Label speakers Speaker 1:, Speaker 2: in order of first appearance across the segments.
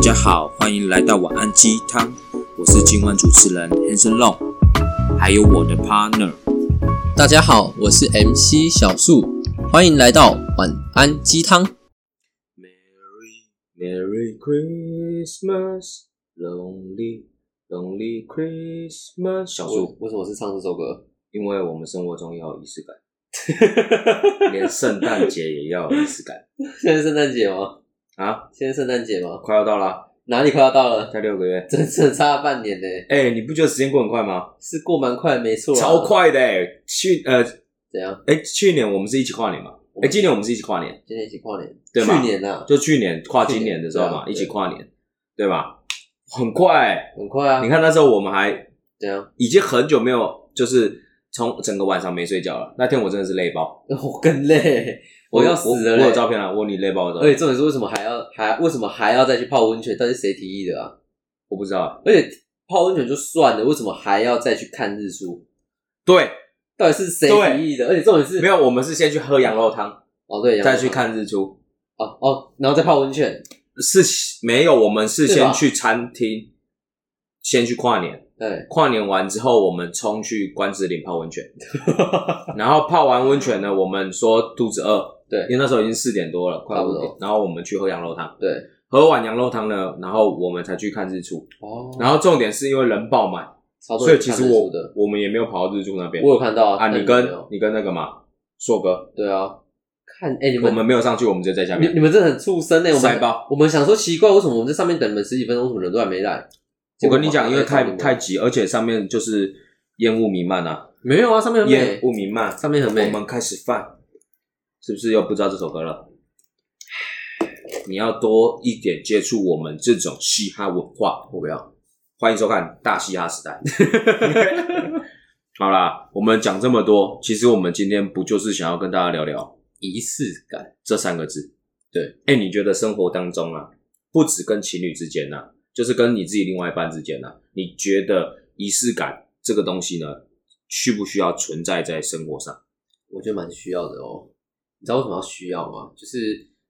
Speaker 1: 家好，欢迎来到晚安鸡汤，我是今晚主持人 Hanson Long，还有我的 partner。
Speaker 2: 大家好，我是 MC 小树，欢迎来到晚安鸡汤。
Speaker 1: Merry Merry Christmas, Lonely Lonely Christmas。小
Speaker 2: 我
Speaker 1: 树，
Speaker 2: 为什么是唱这首歌？
Speaker 1: 因为我们生活中要有仪式感， 连圣诞节也要有仪式感
Speaker 2: 现在是圣诞节吗？
Speaker 1: 啊！
Speaker 2: 现在圣诞节吗？
Speaker 1: 快要到了，
Speaker 2: 哪里快要到了？
Speaker 1: 才六个月，
Speaker 2: 整整差了半年呢、
Speaker 1: 哎、你不觉得时间过很快吗？
Speaker 2: 是过蛮快，没错、啊，
Speaker 1: 超。快的、欸，去呃，
Speaker 2: 怎样？
Speaker 1: 哎、去年我们是一起跨年嘛？哎、今年我们是一起跨年。
Speaker 2: 今天一起跨年，
Speaker 1: 对
Speaker 2: 去
Speaker 1: 吧
Speaker 2: 年啊，
Speaker 1: 就去年跨今年的时候
Speaker 2: 去年
Speaker 1: 嘛，
Speaker 2: 对啊
Speaker 1: 一起跨年，对吧？很快、
Speaker 2: 很快啊。
Speaker 1: 你，看那时候我们还
Speaker 2: 怎样？
Speaker 1: 已经很久没有，就是从整个晚上没睡觉了。那天我真的是累爆，
Speaker 2: 我更累，
Speaker 1: 我
Speaker 2: 要死了
Speaker 1: 我！我有
Speaker 2: 嘞。
Speaker 1: 照片啊，我有你累爆的照
Speaker 2: 而且
Speaker 1: 片，
Speaker 2: 重点是，为什么还要还为什么还要再去泡温泉？到底是谁提议的啊？
Speaker 1: 我不知道。
Speaker 2: 而且泡温泉就算了，为什么还要再去看日出？
Speaker 1: 对，
Speaker 2: 到底是谁
Speaker 1: 对
Speaker 2: 提议的？而且重点是
Speaker 1: 没有，我们是先去喝羊肉汤，
Speaker 2: 哦，对，
Speaker 1: 再去看日出。
Speaker 2: 哦哦，然后再泡温泉，
Speaker 1: 是没有，我们是
Speaker 2: 对吧
Speaker 1: 先去餐厅，先去跨年，
Speaker 2: 对，
Speaker 1: 跨年完之后，我们冲去关子岭泡 温泉，然后泡完温泉呢，我们说肚子饿，
Speaker 2: 对
Speaker 1: 因为那时候已经四点多了，快
Speaker 2: 差不
Speaker 1: 五
Speaker 2: 多
Speaker 1: 点，然后我们去喝羊肉汤，
Speaker 2: 对，
Speaker 1: 喝完羊肉汤呢，然后我们才去看日出，
Speaker 2: 哦
Speaker 1: 然后重点是因为人爆满，
Speaker 2: 超多
Speaker 1: 所以
Speaker 2: 人
Speaker 1: 其
Speaker 2: 看
Speaker 1: 实
Speaker 2: 日
Speaker 1: 我
Speaker 2: 出的，
Speaker 1: 我们也没有跑到日出那边
Speaker 2: 我有看到
Speaker 1: 啊，
Speaker 2: 但
Speaker 1: 你
Speaker 2: 没
Speaker 1: 跟
Speaker 2: 有
Speaker 1: 你跟那个嘛硕哥，
Speaker 2: 对啊，看哎，你
Speaker 1: 我
Speaker 2: 们
Speaker 1: 们没有上去，我们就在下
Speaker 2: 你
Speaker 1: 面
Speaker 2: 你们真的很畜生哎，我
Speaker 1: 塞
Speaker 2: 们
Speaker 1: 爆。
Speaker 2: 我们想说奇怪，为什么我们在上面等你们十几分钟，怎么人都还没来？
Speaker 1: 我跟你讲，因为太
Speaker 2: 结果马上就上
Speaker 1: 太
Speaker 2: 面
Speaker 1: 急，而且上面就是烟雾弥漫啊，
Speaker 2: 没有啊，上面很
Speaker 1: 烟
Speaker 2: 美，
Speaker 1: 雾弥漫，
Speaker 2: 上面很美
Speaker 1: 我，们开始放，是不是又不知道这首歌了？你要多一点接触我们这种嘻哈文化。
Speaker 2: 我不要，
Speaker 1: 欢迎收看《大嘻哈时代》。 好啦，我们讲这么多，其实我们今天不就是想要跟大家聊聊
Speaker 2: 仪式感
Speaker 1: 这三个字？
Speaker 2: 对，
Speaker 1: 哎、你觉得生活当中啊，不止跟情侣之间呐、就是跟你自己另外一半之间呐、你觉得仪式感这个东西呢，需不需要存在在生活上？
Speaker 2: 我觉得蛮需要的哦。你知道为什么要需要吗？就是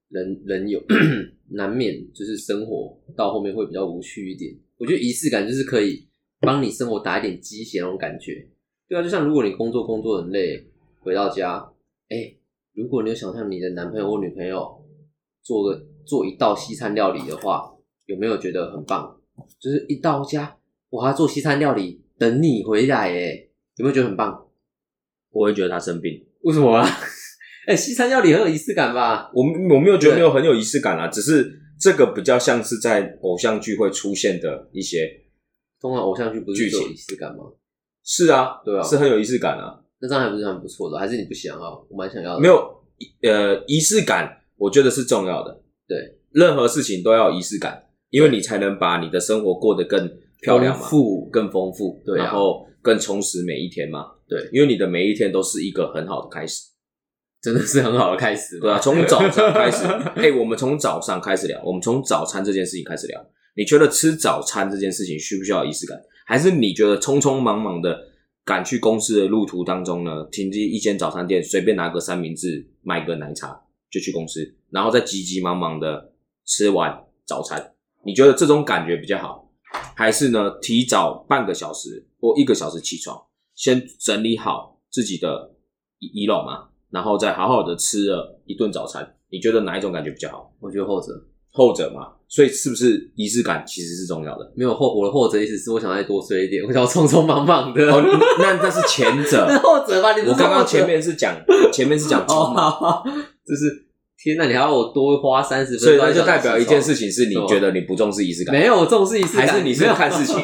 Speaker 2: 人人有 难免就是生活到后面会比较无趣一点。我觉得仪式感就是可以帮你生活打一点鸡血那种感觉。对啊，就像如果你工作工作很累，回到家，哎、如果你有想象你的男朋友或女朋友做个做一道西餐料理的话，有没有觉得很棒？就是一到家，我要做西餐料理，等你回来，哎，有没有觉得很棒？
Speaker 1: 我会觉得他生病。
Speaker 2: 为什么啊？哎、西餐料理很有仪式感吧？
Speaker 1: 我我没有觉得没有很有仪式感啊，只是这个比较像是在偶像剧会出现的一些。
Speaker 2: 通常偶像剧不是
Speaker 1: 剧情
Speaker 2: 就有仪式感吗？
Speaker 1: 是啊，
Speaker 2: 对啊
Speaker 1: 是很有仪式感啊。
Speaker 2: 那这样还不是很不错的，还是你不想要？我蛮想要的。
Speaker 1: 没有呃仪式感，我觉得是重要的。
Speaker 2: 对，
Speaker 1: 任何事情都要有仪式感，因为你才能把你的生活过得更漂亮嘛，
Speaker 2: 富
Speaker 1: 更丰富，
Speaker 2: 对啊
Speaker 1: 然后更充实每一天嘛。
Speaker 2: 对，
Speaker 1: 因为你的每一天都是一个很好的开始。
Speaker 2: 真的是很好的开始嘛。
Speaker 1: 对啊，从早上开始，哎、我们从早上开始聊，我们从早餐这件事情开始聊。你觉得吃早餐这件事情需不需要有仪式感？还是你觉得匆匆忙忙的赶去公司的路途当中呢，停进一间早餐店，随便拿个三明治，买个奶茶就去公司，然后再急急忙忙的吃完早餐？你觉得这种感觉比较好，还是呢提早半个小时或一个小时起床，先整理好自己的仪仪容嘛，然后再好好的吃了一顿早餐，你觉得哪一种感觉比较好？
Speaker 2: 我觉得后者
Speaker 1: 后者嘛，所以是不是仪式感其实是重要的？
Speaker 2: 没有后，我的后者意思是我想再多睡一点，我想要匆匆忙忙的。
Speaker 1: 哦，那那是前
Speaker 2: 那
Speaker 1: 者。
Speaker 2: 后者吧，你不
Speaker 1: 我
Speaker 2: 是
Speaker 1: 刚
Speaker 2: 后
Speaker 1: 刚
Speaker 2: 者
Speaker 1: 前面是讲，前面是讲
Speaker 2: 哦，
Speaker 1: 匆忙，
Speaker 2: 好好就是天哪，你还要我多花三十分钟？
Speaker 1: 所以那就代表一件事情是你
Speaker 2: 什么
Speaker 1: 觉得你不重视仪式感，
Speaker 2: 没有我重视仪式
Speaker 1: 还
Speaker 2: 感，
Speaker 1: 是你是
Speaker 2: 没有
Speaker 1: 看事 情？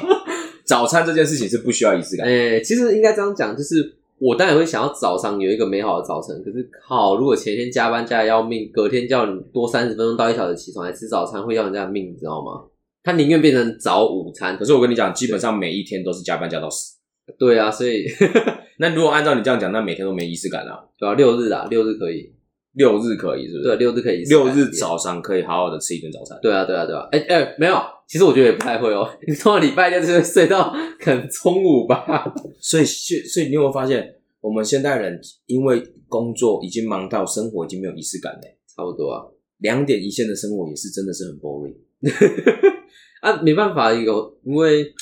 Speaker 1: 早餐这件事情是不需要仪式感，
Speaker 2: 诶、哎其实应该这样讲，就是我当然会想要早上有一个美好的早晨，可是靠，如果前天加班加的要命，隔天叫你多三十分钟到一小时起床来吃早餐，会要人家的命，你知道吗？他宁愿变成早午餐
Speaker 1: 可。是我跟你讲，基本上每一天都是加班加到死。
Speaker 2: 对啊，所以
Speaker 1: 那如果按照你这样讲，那每天都没仪式感了。
Speaker 2: 对啊，六日啊，六日可以，
Speaker 1: 六日可以是不
Speaker 2: 对啊，
Speaker 1: 是？
Speaker 2: 六日可以，
Speaker 1: 六日。早上可以好好的吃一顿早餐。
Speaker 2: 对啊，对啊，对啊，哎、哎、没有，其实我觉得也不太会哦。你通常礼拜六就是睡到可能中午吧，
Speaker 1: 所以，所以所以你有没有发现，我们现代人因为工作已经忙到生活已经没有仪式感了，
Speaker 2: 差不多啊。
Speaker 1: 两点一线的生活也是真的是很 boring。
Speaker 2: 啊，没办法，有因为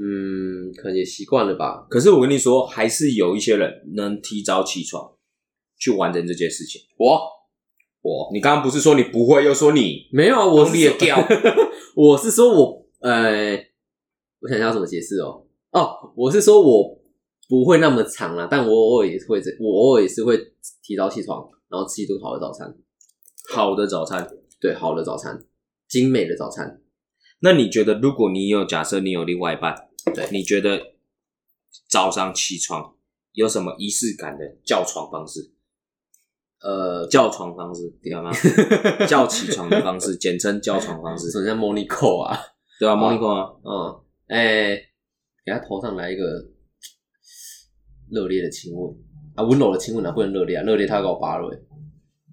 Speaker 2: 嗯，可能也习惯了吧。
Speaker 1: 可是我跟你说，还是有一些人能提早起床去完成这件事情。
Speaker 2: 我
Speaker 1: 我，你刚刚不是说你不会，又说你
Speaker 2: 没有啊，我
Speaker 1: 用
Speaker 2: 是
Speaker 1: 力地掉
Speaker 2: 我是说我呃，我想一下要怎么解释哦。哦，我是说我不会那么长啦，但我偶尔也是会这，我偶尔也是会提早起床，然后吃一顿好的早餐，
Speaker 1: 好的早餐？
Speaker 2: 对，好的早餐，精美的早餐。
Speaker 1: 那你觉得，如果你有假设你有另外一半，
Speaker 2: 对
Speaker 1: 你觉得早上起床有什么仪式感的叫床方式？
Speaker 2: 呃，
Speaker 1: 叫床方式，你道吗？ 叫起床的方式，简称叫床方
Speaker 2: 是
Speaker 1: 式，
Speaker 2: 什么像 Monaco 啊？
Speaker 1: 对吧、啊、
Speaker 2: 啊
Speaker 1: ？Monica 啊，
Speaker 2: 嗯，哎、给他头上来一个热烈的亲吻啊，温柔的亲吻啊，不能热烈啊，热烈他要给我拔了欸，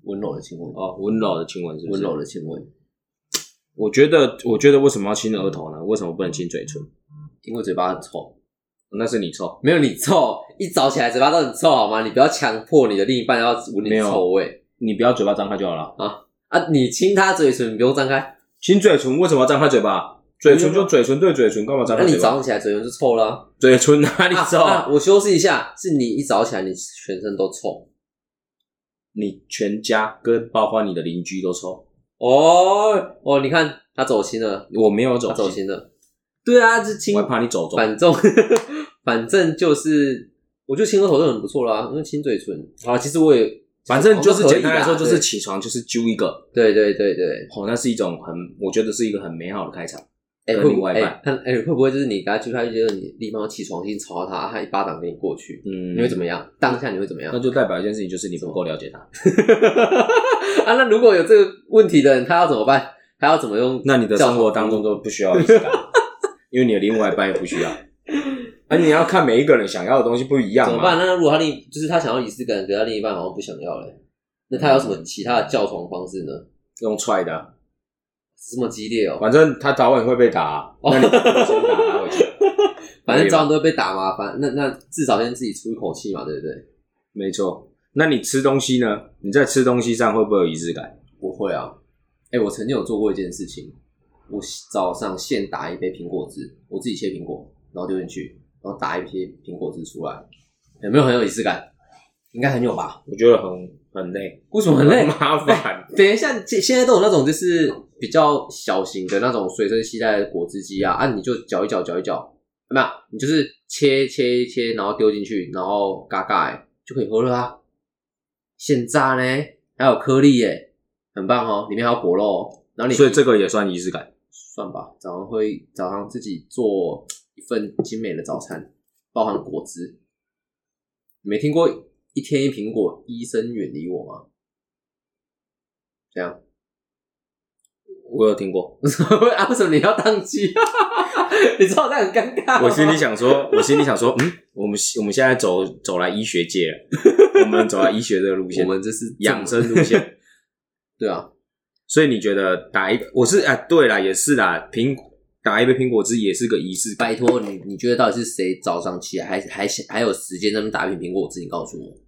Speaker 2: 温柔的亲吻，
Speaker 1: 哦，温柔的亲吻是不
Speaker 2: 温
Speaker 1: 是？
Speaker 2: 柔的亲吻，
Speaker 1: 我觉得，我觉得为什么要亲额头呢？为什么不能亲嘴唇？
Speaker 2: 因为嘴巴很臭，
Speaker 1: 那是你臭，
Speaker 2: 没有你臭，一早起来嘴巴都很臭好吗？你不要强迫你的另一半要闻你
Speaker 1: 没
Speaker 2: 的
Speaker 1: 有
Speaker 2: 臭味
Speaker 1: 你不要嘴巴张开就好了。
Speaker 2: 啊，你亲他嘴唇，你不用张开，
Speaker 1: 亲嘴唇为什么要张开嘴巴？嘴唇就嘴唇对嘴唇，干嘛张
Speaker 2: 那
Speaker 1: 开
Speaker 2: 你
Speaker 1: 嘴
Speaker 2: 早
Speaker 1: 巴？
Speaker 2: 上起来嘴唇就臭了啊、
Speaker 1: 嘴唇哪里
Speaker 2: 啊
Speaker 1: 臭？
Speaker 2: 啊我修饰一下，是你一早起来你全身都臭
Speaker 1: 你全家跟包括你的邻居都臭。
Speaker 2: 哦哦，你看他走心了，
Speaker 1: 我没有
Speaker 2: 他
Speaker 1: 走
Speaker 2: 走
Speaker 1: 心，
Speaker 2: 心了，对啊，这亲
Speaker 1: 我还怕你走中。
Speaker 2: 啊反正 反正就是，我觉得亲额头就很不错啦，因为亲嘴唇。好，其实我也
Speaker 1: 反正就是
Speaker 2: 好像可
Speaker 1: 简
Speaker 2: 以啦
Speaker 1: 单来说，就是
Speaker 2: 对
Speaker 1: 起床就是揪一个，
Speaker 2: 对对对对。
Speaker 1: 哦，那是一种很，我觉得是一个很美好的开场。
Speaker 2: 哎、
Speaker 1: 跟
Speaker 2: 会
Speaker 1: 另
Speaker 2: 不
Speaker 1: 外
Speaker 2: 会
Speaker 1: 一
Speaker 2: 哎、
Speaker 1: 半
Speaker 2: 看哎、会不会就是你给他揪下去，就是你立马起床先吵到他，他一巴掌给你过去，
Speaker 1: 嗯，
Speaker 2: 你会怎么样？当下你会怎么样
Speaker 1: 那？就代表一件事情，就是你不够了解他。
Speaker 2: 啊，那如果有这个问题的人，他要怎么办？他要怎么用？
Speaker 1: 那你的生活当中都不需要仪式感，因为你的另外一半也不 需要。而你要看每一个人想要的东西不一样
Speaker 2: 怎么
Speaker 1: 嘛
Speaker 2: 办？。那如果他另就是他想要仪式感，可是他另一半好像不想要嘞，那他有什么
Speaker 1: 嗯
Speaker 2: 其他的叫床方式呢？
Speaker 1: 用踹的啊，
Speaker 2: 这么激烈哦、
Speaker 1: 反正他早晚会被打啊，
Speaker 2: 哦
Speaker 1: 那你就先打他回去。
Speaker 2: 反正
Speaker 1: 可以吧
Speaker 2: 早晚都会被打嘛，反那那至少先自己出一口气嘛，对不对？
Speaker 1: 没错。那你吃东西呢？你在吃东西上会不会有仪式感？
Speaker 2: 不会啊，哎、我曾经有做过一件事情，我早上现打一杯苹果汁，我自己切苹果，然后丢进去，然后打一批苹果汁出来，有没有很有仪式感？应该很有吧？
Speaker 1: 我觉得很很累，
Speaker 2: 为什么很累？
Speaker 1: 麻烦。
Speaker 2: 等一下，这现在都有那种就是比较小型的那种随身携带的果汁机啊，啊，你就搅一搅，搅一搅，有没有？你就是切切一切，然后丢进去，然后嘎嘎、欸，就可以喝了啊。现榨呢，还有颗粒耶、很棒哦，里面还有果肉、哦。然后你
Speaker 1: 所以这个也算仪式感。
Speaker 2: 算吧，早上会早上自己做一份精美的早餐，包含果汁。你没听过一天一苹果，医生远离我吗？这样。
Speaker 1: 我有听过，
Speaker 2: 啊，为什么你要宕机？ 你知道这样很尴尬吗。
Speaker 1: 我心里想说，我心里想说，嗯，我们我们现在走走来医学界了， 我们走来医学这个路 线
Speaker 2: 我，们这是
Speaker 1: 养生路线。
Speaker 2: 对啊，
Speaker 1: 所以你觉得打一我是啊，对啦，也是啦，苹打一杯苹果汁也是个仪式感。
Speaker 2: 拜托你，你觉得到底是谁早上起来还还还有时间在那边打一瓶苹果汁？你告诉我，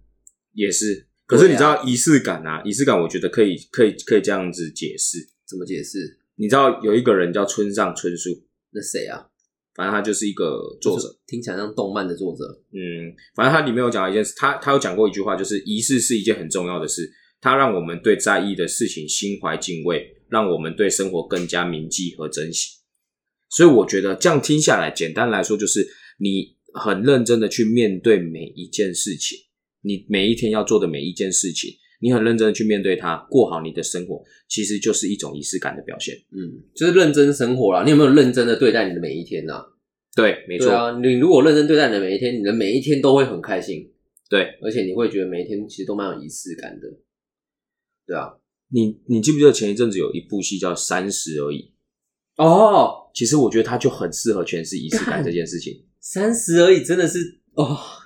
Speaker 1: 也是。可是你知道仪式感啊，仪式感我觉得可以可以可以这样子解释。
Speaker 2: 怎么解释？
Speaker 1: 你知道有一个人叫村上春树，
Speaker 2: 那谁啊？
Speaker 1: 反正他就是一个作者，
Speaker 2: 听起来像动漫的作者。
Speaker 1: 嗯，反正他里面有讲到一件事，他他有讲过一句话，就是仪式是一件很重要的事，它让我们对在意的事情心怀敬畏，让我们对生活更加铭记和珍惜。所以我觉得这样听下来，简单来说就是你很认真的去面对每一件事情，你每一天要做的每一件事情，你很认真的去面对它，过好你的生活，其实就是一种仪式感的表现。
Speaker 2: 嗯，就是认真生活啦。你有没有认真的对待你的每一天呐、啊？
Speaker 1: 对，没
Speaker 2: 对
Speaker 1: 错，
Speaker 2: 啊，你如果认真对待你的每一天，你的每一天都会很开心。
Speaker 1: 对，
Speaker 2: 而且你会觉得每一天其实都蛮有仪式感的。对啊。
Speaker 1: 你你记不记得前一阵子有一部戏叫《三十而已》？
Speaker 2: 哦，
Speaker 1: 其实我觉得它就很适合诠释仪式感这件 事情，
Speaker 2: 三十而已，真的是哦，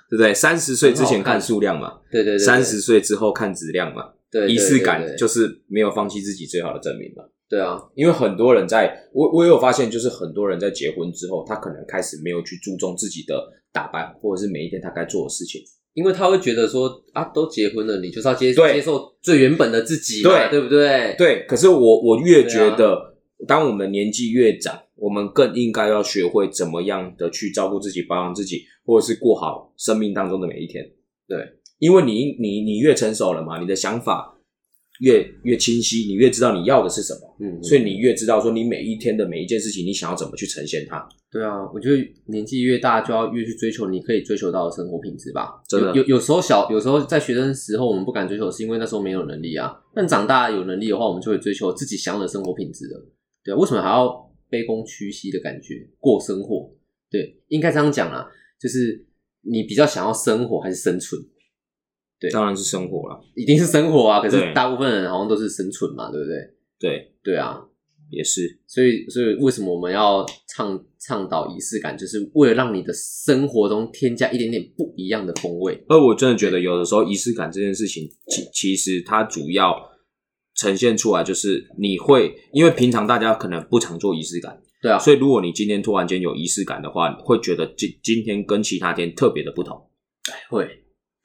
Speaker 1: 对不对？三十岁之前看数量嘛，
Speaker 2: 对对对，
Speaker 1: 三十岁之后看质量嘛，
Speaker 2: 对
Speaker 1: 仪式感
Speaker 2: 对
Speaker 1: 就是没有放弃自己最好的证明嘛。
Speaker 2: 对啊，
Speaker 1: 因为很多人在，我我也有发现，就是很多人在结婚之后，他可能开始没有去注重自己的打扮，或者是每一天他该做的事情。
Speaker 2: 因为他会觉得说啊，都结婚了，你就是要接
Speaker 1: 对
Speaker 2: 接受最原本的自己嘛，
Speaker 1: 对
Speaker 2: 对不对？
Speaker 1: 对，可是我我越觉
Speaker 2: 对
Speaker 1: 得，当我们年纪越长，我们更应该要学会怎么样的去照顾自己、保养自己，或者是过好生命当中的每一天。
Speaker 2: 对，
Speaker 1: 因为你你你越成熟了嘛，你的想法越越清晰，你越知道你要的是什么，
Speaker 2: 嗯，
Speaker 1: 所以你越知道说你每一天的每一件事情，你想要怎么去呈现它。
Speaker 2: 对啊，我觉得年纪越大，就要越去追求你可以追求到的生活品质吧。
Speaker 1: 真的
Speaker 2: 有有有时候小，有时候在学生时候我们不敢追求，是因为那时候没有能力啊。但长大有能力的话，我们就会追求自己想要的生活品质的。对啊，为什么还要卑躬屈膝的感觉过生活？对，应该这样讲啊，就是你比较想要生活还是生存？对
Speaker 1: 当然是生活了，
Speaker 2: 一定是生活啊，可
Speaker 1: 对
Speaker 2: 是大部分人好像都是生存嘛，对不对？
Speaker 1: 对，
Speaker 2: 对啊，
Speaker 1: 也是
Speaker 2: 所以，所以为什么我们要倡倡导仪式感，就是为了让你的生活中添加一点点不一样的风味。
Speaker 1: 而我真的觉得，有的时候仪式感这件事情，其其实它主要呈现出来就是你会，因为平常大家可能不常做仪式感，
Speaker 2: 对啊，
Speaker 1: 所以如果你今天突然间有仪式感的话，会觉得今今天跟其他天特别的不同，
Speaker 2: 哎会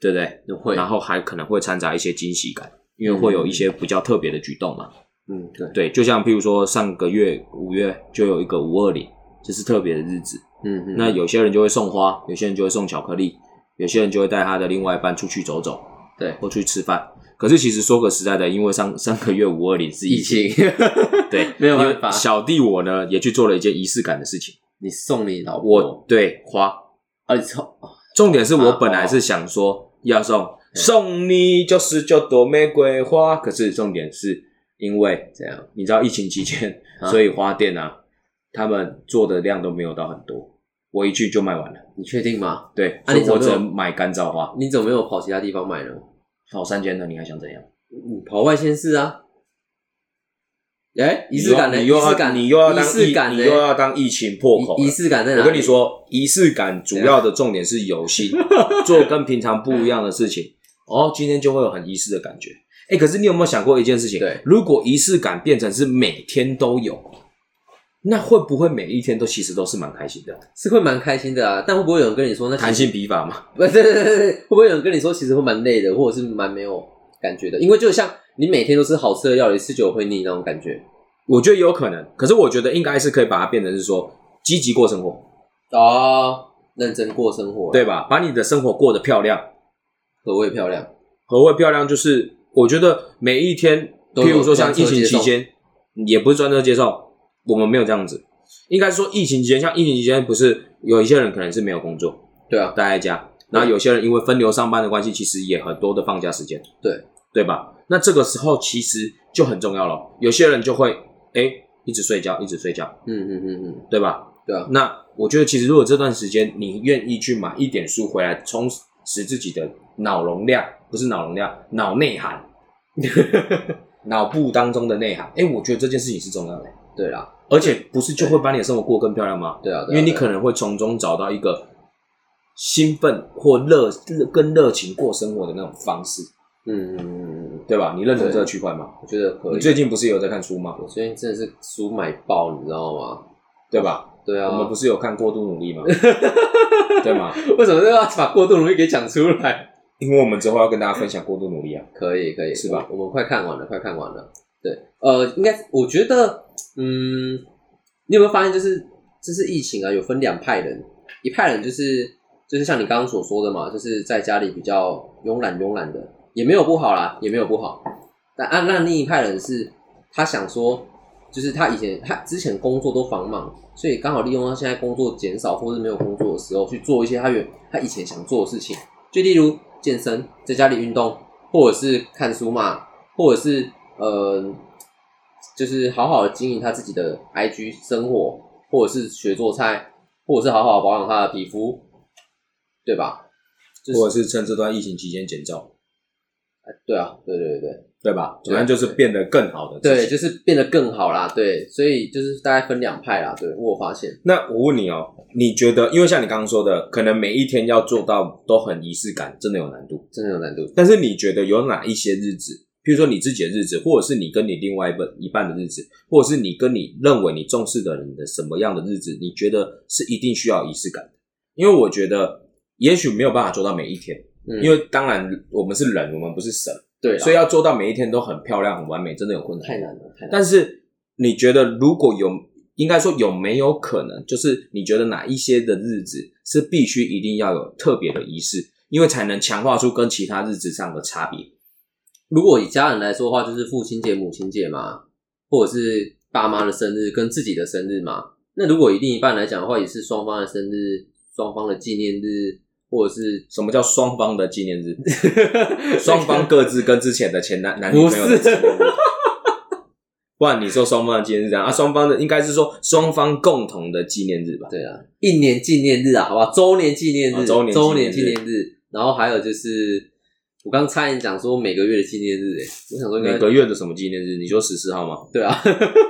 Speaker 1: 对不对？
Speaker 2: 会，
Speaker 1: 然后还可能会掺杂一些惊喜感，因为会有一些比较特别的举动嘛。
Speaker 2: 嗯，对，
Speaker 1: 对，就像譬如说上个月五月就有一个五二零，这是特别的日子。
Speaker 2: 嗯嗯，
Speaker 1: 那有些人就会送花，有些人就会送巧克力，有些人就会带他的另外一半出去走走
Speaker 2: 对
Speaker 1: 或出去吃饭。可是其实说个实在的，因为上上个月五二零是
Speaker 2: 疫
Speaker 1: 疫情，
Speaker 2: 情，
Speaker 1: 对，
Speaker 2: 没有
Speaker 1: 因为
Speaker 2: 办法
Speaker 1: 小弟我呢也去做了一件仪式感的事情，
Speaker 2: 你送你老婆，
Speaker 1: 我对花
Speaker 2: 啊，你送，
Speaker 1: 重点是我本
Speaker 2: 啊
Speaker 1: 来
Speaker 2: 哦
Speaker 1: 是想说要送送你九十九朵玫瑰花，可是重点是因为
Speaker 2: 这样
Speaker 1: 你知道疫情期间，
Speaker 2: 啊
Speaker 1: 所以花店啊，他们做的量都没有到很多，我一去就卖完了。
Speaker 2: 你确定吗？
Speaker 1: 对，
Speaker 2: 啊
Speaker 1: 所以
Speaker 2: 你怎么
Speaker 1: 我只
Speaker 2: 没有
Speaker 1: 能买干燥花，
Speaker 2: 你怎么没有跑其他地方买呢？
Speaker 1: 跑三间的，你还想怎样？
Speaker 2: 你跑外县市啊？哎，仪式感呢？
Speaker 1: 你又
Speaker 2: 仪
Speaker 1: 要
Speaker 2: 式感，
Speaker 1: 你又要
Speaker 2: 仪
Speaker 1: 当
Speaker 2: 式感
Speaker 1: 疫
Speaker 2: 呢？
Speaker 1: 你又要当疫情破口了
Speaker 2: 仪仪式感在哪？
Speaker 1: 我跟你，说，仪式感主要的重点是有心，做跟平常不一样的事情，哦，今天就会有很仪式的感觉。哎、可是你有没有想过一件事情？
Speaker 2: 对
Speaker 1: 如果仪式感变成是每天都有，那会不会每一天都其实都是蛮开心的？
Speaker 2: 是会蛮开心的啊，但会不会有人跟你说那其实
Speaker 1: 弹性笔法嘛，
Speaker 2: 不，对对对对，会不会有人跟你说，其实会蛮累的，或者是蛮没有感觉的？因为就像你每天都吃好吃的料理，吃久了会腻那种感觉。
Speaker 1: 我觉得有可能。可是我觉得应该是可以把它变成是说积极过生活，
Speaker 2: 哦，认真过生活，，
Speaker 1: 对吧？把你的生活过得漂亮。
Speaker 2: 何谓漂亮？
Speaker 1: 何谓漂亮？就是我觉得每一天，
Speaker 2: 都有
Speaker 1: 譬如说像
Speaker 2: 专车
Speaker 1: 疫情期
Speaker 2: 接
Speaker 1: 间，也不是专车接送，我们没有这样子。应该说疫情期间，像疫情期间，不是有一些人可能是没有工作，
Speaker 2: 对啊，
Speaker 1: 待在家，然后
Speaker 2: 对
Speaker 1: 有些人因为分流上班的关系，其实也很多的放假时间，
Speaker 2: 对
Speaker 1: 对吧？那这个时候其实就很重要了。有些人就会哎、诶一直睡觉，一直睡觉，
Speaker 2: 嗯嗯嗯嗯，
Speaker 1: 对吧？
Speaker 2: 对啊，
Speaker 1: 那我觉得，其实如果这段时间你愿意去买一点书回来，充实自己的脑容量，不是脑容量，脑内涵，脑部当中的内涵。哎、我觉得这件事情是重要的，
Speaker 2: 对啦，
Speaker 1: 而且不是就会把你的生活过得更漂亮吗？
Speaker 2: 对啊，
Speaker 1: 因
Speaker 2: 对啊
Speaker 1: 为你
Speaker 2: 对啊
Speaker 1: 可能会从中找到一个兴奋或热跟热情过生活的那种方式，
Speaker 2: 嗯嗯嗯嗯嗯，
Speaker 1: 对吧？你认同
Speaker 2: 对
Speaker 1: 这个区块吗？
Speaker 2: 我觉得可
Speaker 1: 你
Speaker 2: 以。
Speaker 1: 最近不是也有在看书吗？
Speaker 2: 我最近真的是书买爆，你知道吗？
Speaker 1: 对吧？
Speaker 2: 对啊，
Speaker 1: 我们不
Speaker 2: 是
Speaker 1: 是有看《过度努 力》吗？对吗？
Speaker 2: 为什么都要把过度努力给讲出来？
Speaker 1: 因为我们之后要跟大家分享《过度努力》啊。
Speaker 2: 可以可以，
Speaker 1: 是吧
Speaker 2: 我？我们快看完了，快看完了。对，呃，应该我觉得，嗯，你有没有发现，就是这是疫情啊，有分两派人，一派人就是就是像你刚刚所说的嘛，就是在家里比较慵懒慵懒的，也没有不好啦，也没有不好。但啊，那另一派人是他想说，就是他以前他之前工作都繁忙，所以刚好利用他现在工作减少或是没有工作的时候，去做一些他原他以前想做的事情，就例如健身，在家里运动，或者是看书嘛，或者是呃，就是好好的经营他自己的 IG 生活，或者是学做菜，或者是好好地保养他的皮肤，对吧？就是
Speaker 1: 或者是趁这段疫情期间减重，
Speaker 2: 对啊，对对对对。
Speaker 1: 对吧？
Speaker 2: 对
Speaker 1: 反正就是变得更好的自
Speaker 2: 对，
Speaker 1: 己。
Speaker 2: 就是变得更好啦，对，所以就是大概分两派啦，对我有发现，
Speaker 1: 那我问你哦，你觉得，因为像你刚刚说的，可能每一天要做到都很仪式感，真的有难度。
Speaker 2: 真的有难度。
Speaker 1: 但是你觉得有哪一些日子，譬如说你自己的日子，或者是你跟你另外一半一半的日子，或者是你跟你认为你重视的人的什么样的日子，你觉得是一定需要仪式感的？因为我觉得，也许没有办法做到每一天，
Speaker 2: 嗯
Speaker 1: 因为当然我们是人，我们不是神，
Speaker 2: 对啊啦，
Speaker 1: 所以要做到每一天都很漂亮、很完美，真的有困难。
Speaker 2: 太难了，太难了。
Speaker 1: 但是你觉得如果有应该说有没有可能，就是你觉得哪一些的日子是必须一定要有特别的仪式，因为才能强化出跟其他日子上的差别？
Speaker 2: 如果以家人来说的话，就是父亲节、母亲节嘛，或者是爸妈的生日跟自己的生日嘛。那如果以另一半来讲的话，也是双方的生日、双方的纪念日，或者是
Speaker 1: 什么叫双方的 纪念日？双方各自跟之前的前男男女朋友
Speaker 2: 不
Speaker 1: 的
Speaker 2: 是
Speaker 1: 纪念日。不然你说双方的纪念日这样啊？双方的应该是说双方共同的纪念日吧？
Speaker 2: 对啊，一年纪念日啊，好吧，周年纪念日，
Speaker 1: 哦周年纪念日
Speaker 2: 纪念日，然后还有就是，我刚差点讲说每个月的纪念日、欸，我想说应该
Speaker 1: 每个月哎的什么纪念日？你说十四号吗？
Speaker 2: 对啊，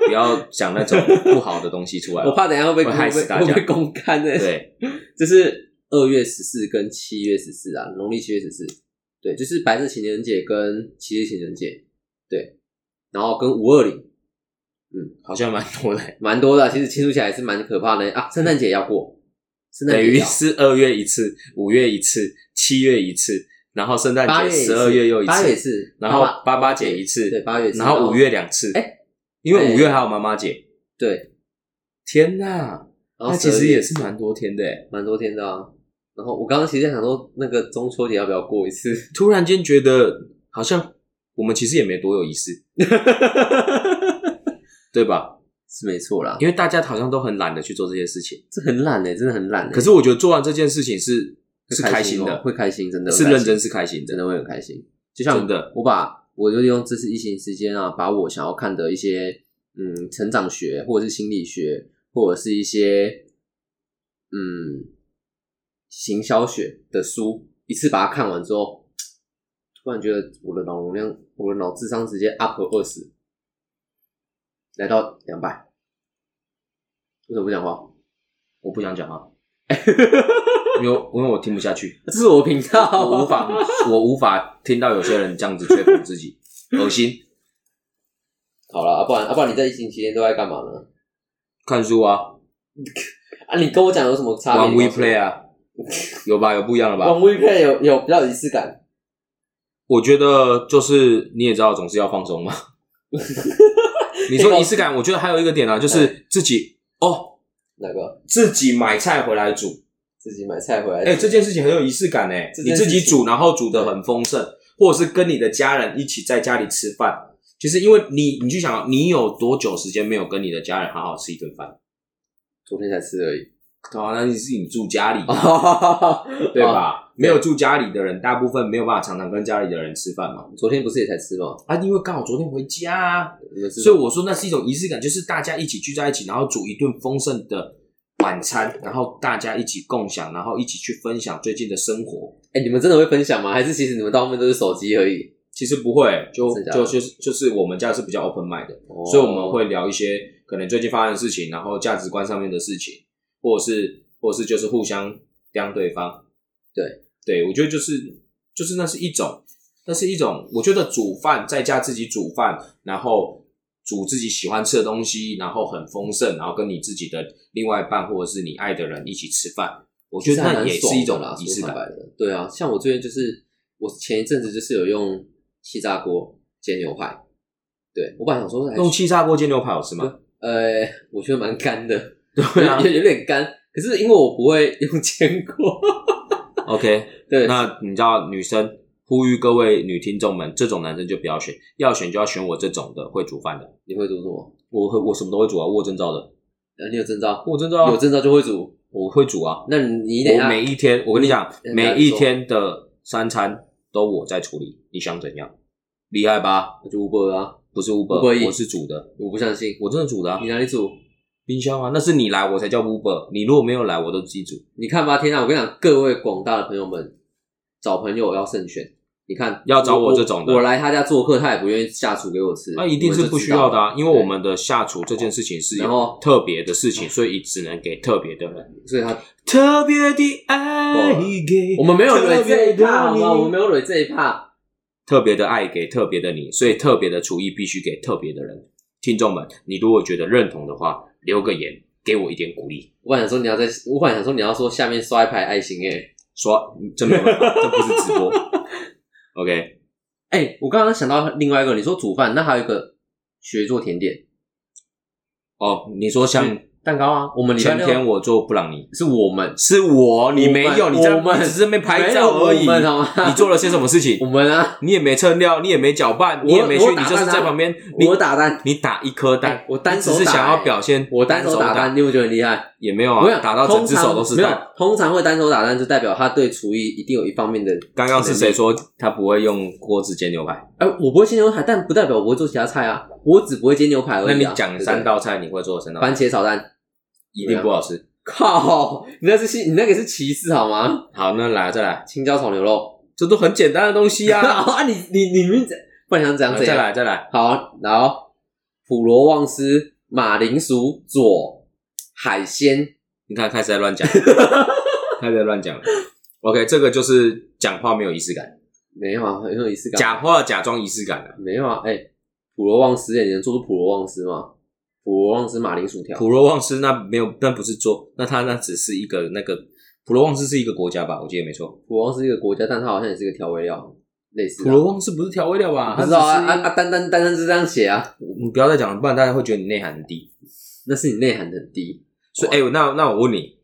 Speaker 1: 不要讲那种不好的东西出来
Speaker 2: 我。怕等一下会被
Speaker 1: 会害死
Speaker 2: 会被
Speaker 1: 大家
Speaker 2: 会被公干的、欸，
Speaker 1: 对，
Speaker 2: 就是二月十四跟七月十四啊，农历七月十四，对，就是白日情人节跟七日情人节，对，然后跟五二零，嗯
Speaker 1: 好像蛮多的，
Speaker 2: 蛮多的啊，其实庆祝起来也是蛮可怕的啊。圣诞节也要过，圣诞
Speaker 1: 等
Speaker 2: 节也
Speaker 1: 于
Speaker 2: 要
Speaker 1: 是二月一次，五月一次，七月一次，然后圣
Speaker 2: 八
Speaker 1: 诞
Speaker 2: 月
Speaker 1: 节、十二月又一
Speaker 2: 八月也
Speaker 1: 次，
Speaker 2: 是，
Speaker 1: 然后
Speaker 2: 八八
Speaker 1: 八八节一次，
Speaker 2: 对八月也是，
Speaker 1: 然后五月两次。
Speaker 2: 哎，
Speaker 1: 因为
Speaker 2: 哎
Speaker 1: 五月还有妈妈节。
Speaker 2: 对，
Speaker 1: 天呐，
Speaker 2: 然
Speaker 1: 那
Speaker 2: 后
Speaker 1: 其
Speaker 2: 12
Speaker 1: 实
Speaker 2: 月
Speaker 1: 也是蛮多天的欸诶。
Speaker 2: 蛮多天的啊。然后我刚刚其实在想说，那个中秋节要不要过一次？
Speaker 1: 突然间觉得好像我们其实也没多有仪式， 对吧？
Speaker 2: 是没错啦，因
Speaker 1: 因为大家好像都很懒得去做这些事情。
Speaker 2: 为这很懒哎、真的很懒哎、
Speaker 1: 可是我觉得做完这件事情是是开心
Speaker 2: 哦
Speaker 1: 的，
Speaker 2: 会开心，真的会
Speaker 1: 是
Speaker 2: 开
Speaker 1: 认
Speaker 2: 心
Speaker 1: 真是开心的
Speaker 2: 真。的会很开心。就
Speaker 1: 真
Speaker 2: 像
Speaker 1: 的
Speaker 2: 我把我就利用这次疫情时间啊，把我想要看的一些嗯成长学，或者是心理学，或者是一些嗯行销学的书，一次把它看完之后，突然觉得我的脑容量，我的脑智商直接 up 二十，来到两百。为什么不讲话？
Speaker 1: 我不想 讲话，因为因为我听不下去，
Speaker 2: 这是我频道，
Speaker 1: 我无法我无法听到有些人这样子说服自己，恶心。
Speaker 2: 好了，啊不然啊不然你在疫情期间都在干嘛呢？
Speaker 1: 看书啊
Speaker 2: 啊，你跟我讲有什么差别
Speaker 1: 玩 WePlay 啊，有吧？有不一样了吧？
Speaker 2: 玩 WePlay 有有比较有仪式感，
Speaker 1: 我觉得就是你也知道，总是要放松嘛。你说仪式感，我觉得还有一个点啊，就是自己哦，
Speaker 2: 哪个
Speaker 1: 自己买菜回来煮，
Speaker 2: 自己买菜回来？
Speaker 1: 哎、这件事情很有仪式感哎、
Speaker 2: 这
Speaker 1: 你
Speaker 2: 件事
Speaker 1: 自
Speaker 2: 情
Speaker 1: 己煮，然后煮的很丰盛，或者是跟你的家人一起在家里吃饭，就是因为你，你去想啊，你有多久时间没有跟你的家人好好吃一顿饭？
Speaker 2: 昨天才吃而已，
Speaker 1: 对啊，那你是你住家里，
Speaker 2: 对？
Speaker 1: 对吧？哦没有住家里的人，大部分没有办法常常跟家里的人吃饭嘛。
Speaker 2: 昨天不是也才吃吗？
Speaker 1: 啊，因为刚好昨天回家啊，
Speaker 2: 你们吃
Speaker 1: 所以我说那是一种仪式感，就是大家一起聚在一起，然后煮一顿丰盛的晚餐，然后大家一起共享，然后一起去分享最近的生活。
Speaker 2: 哎、你们真的会分享吗？还是其实你们到后面都是手机而已？
Speaker 1: 其实不会，就
Speaker 2: 真的哦假
Speaker 1: 就
Speaker 2: 的
Speaker 1: 就是就是我们家是比较 open mind 的，
Speaker 2: 所
Speaker 1: 哦所以我们会聊一些可能最近发生的事情，然后价值观上面的事情，或者是或者是就是互相刁对方。
Speaker 2: 对
Speaker 1: 对，我觉得就是就是那是一种，那是一种，我觉得煮饭在家自己煮饭，然后煮自己喜欢吃的东西，然后很丰盛，然后跟你自己的另外一半或者是你爱的人一起吃饭，我
Speaker 2: 哦其
Speaker 1: 觉
Speaker 2: 实
Speaker 1: 得
Speaker 2: 还
Speaker 1: 那
Speaker 2: 蛮
Speaker 1: 也是一种
Speaker 2: 爽的啦
Speaker 1: 仪式
Speaker 2: 说坦
Speaker 1: 感。
Speaker 2: 白的。对啊，像我最近就是我前一阵子就是有用气炸锅煎牛排，对我本来想说还哎
Speaker 1: 用气炸锅煎牛排好吃吗？
Speaker 2: 呃，我觉得蛮干的，
Speaker 1: 对 啊
Speaker 2: 有有点干。可是因为我不会用 煎锅，
Speaker 1: ，OK。
Speaker 2: 对，
Speaker 1: 那你知道女生呼吁各位女听众们，这种男生就不要选，要选就要选我这种的会煮饭的。
Speaker 2: 你会煮什么？
Speaker 1: 我会我什么都会煮啊，我有证照的，
Speaker 2: 呃，你有证照，
Speaker 1: 我有证照啊
Speaker 2: 有，证照就会煮。
Speaker 1: 我会煮啊。
Speaker 2: 那你等一
Speaker 1: 我
Speaker 2: 下
Speaker 1: 每一天，我跟你讲，
Speaker 2: 你
Speaker 1: 每一天的三餐都我在处理，你想怎样？厉害吧？
Speaker 2: 我就 Uber 啊，
Speaker 1: 不是
Speaker 2: Uber Eats
Speaker 1: Uber，我是煮的，
Speaker 2: 我不相信。
Speaker 1: 我真的煮的、啊
Speaker 2: 你。哪里煮？
Speaker 1: 冰箱啊，那是你来我才叫 Uber，你如果没有来，我都自己煮。
Speaker 2: 你看吧，天啊！我跟你讲，各位广大的朋友们，找朋友要慎选。你看，
Speaker 1: 要找我这种的
Speaker 2: 我，我来他家做客，他也不愿意下厨给我吃，
Speaker 1: 那一定
Speaker 2: 你
Speaker 1: 是
Speaker 2: 们就
Speaker 1: 不
Speaker 2: 知
Speaker 1: 需
Speaker 2: 道
Speaker 1: 要的啊，因为
Speaker 2: 对
Speaker 1: 我们的下厨这件事情是
Speaker 2: 然后
Speaker 1: 特别的事情，所以只能给特别的人。
Speaker 2: 所以他
Speaker 1: 特别的爱给
Speaker 2: 我们没有蕊 这一趴，好不
Speaker 1: 特别的
Speaker 2: 好？
Speaker 1: 你
Speaker 2: 我们没有蕊这一趴。
Speaker 1: 特别的爱给特别的你，所以特别的厨艺必须给特别的人。听众们，你如果觉得认同的话，留个言给我一点鼓励。
Speaker 2: 我本来想说你要在，我本来想说你要说下面刷一排
Speaker 1: 哎
Speaker 2: 爱心诶、
Speaker 1: 说真没有办法，这不是直 播。OK，
Speaker 2: 哎、我刚刚想到另外一个，你说煮饭，那还有一个学做甜点，
Speaker 1: 哦，你说像
Speaker 2: 蛋糕啊，我们礼拜
Speaker 1: 前
Speaker 2: 六
Speaker 1: 天我做布朗尼，
Speaker 2: 是我们
Speaker 1: 是我，哦你没有，
Speaker 2: 我们
Speaker 1: 你在
Speaker 2: 我们
Speaker 1: 你只是没拍照而已
Speaker 2: 没有我。们 好吗？
Speaker 1: 你做了些什么事情
Speaker 2: 我？们啊，
Speaker 1: 你也没称料，你也没搅拌，你也没
Speaker 2: 我
Speaker 1: 去，
Speaker 2: 打
Speaker 1: 你就是
Speaker 2: 蛋啊
Speaker 1: 在旁边，你
Speaker 2: 我打单，
Speaker 1: 你打一颗蛋
Speaker 2: 哎，我单手
Speaker 1: 你只是
Speaker 2: 打
Speaker 1: 想要
Speaker 2: 哎
Speaker 1: 表现
Speaker 2: 我单手打
Speaker 1: 蛋
Speaker 2: 单，你有没有觉得很厉害？
Speaker 1: 也没有
Speaker 2: 没有
Speaker 1: 啊，打到整只手都是
Speaker 2: 没有
Speaker 1: 蛋。。
Speaker 2: 通常会单手打蛋，就代表他对厨艺一定有一方面的。
Speaker 1: 刚刚是谁说他不会用锅子煎牛排？
Speaker 2: 哎、我不会煎牛排，但不代表我不会做其他菜啊。我只不会煎牛排而已、啊。
Speaker 1: 那你讲
Speaker 2: 对不对
Speaker 1: 三道菜，你会做三道菜，
Speaker 2: 番茄炒蛋，
Speaker 1: 一定不好吃。
Speaker 2: 靠！你那是西，你那个是歧视好吗？
Speaker 1: 好，那来再来，
Speaker 2: 青椒炒牛肉，
Speaker 1: 这都很简单的东西 啊。
Speaker 2: 啊！你你你们不然想啊怎样
Speaker 1: 好
Speaker 2: 怎
Speaker 1: 再
Speaker 2: 样？
Speaker 1: 来再来，
Speaker 2: 好，然后普罗旺斯、马铃薯、佐海鲜，
Speaker 1: 你看开始在乱讲， 开始在乱讲。OK，这个就是讲话没有仪式感，
Speaker 2: 没有啊，很有仪式感。
Speaker 1: 讲话假装仪式感啊。
Speaker 2: 没有啊，哎、普罗旺斯、哎，你能做出普罗旺斯吗？普罗旺斯马铃薯条，
Speaker 1: 普罗旺斯那没有，那不是做，那他那只是一个那个普罗旺斯是一个国家吧？我记得没错。
Speaker 2: 普罗旺斯一个国家，但它好像也是一个调味料，类似啊
Speaker 1: 普罗旺斯不是调味料吧？
Speaker 2: 不知道啊
Speaker 1: 它只
Speaker 2: 啊
Speaker 1: 是
Speaker 2: 啊！单单单单是这样写啊，
Speaker 1: 你不要再讲了，不然大家会觉得你内涵很低。
Speaker 2: 那是你内涵很低。
Speaker 1: 所以，哎、那那我问你，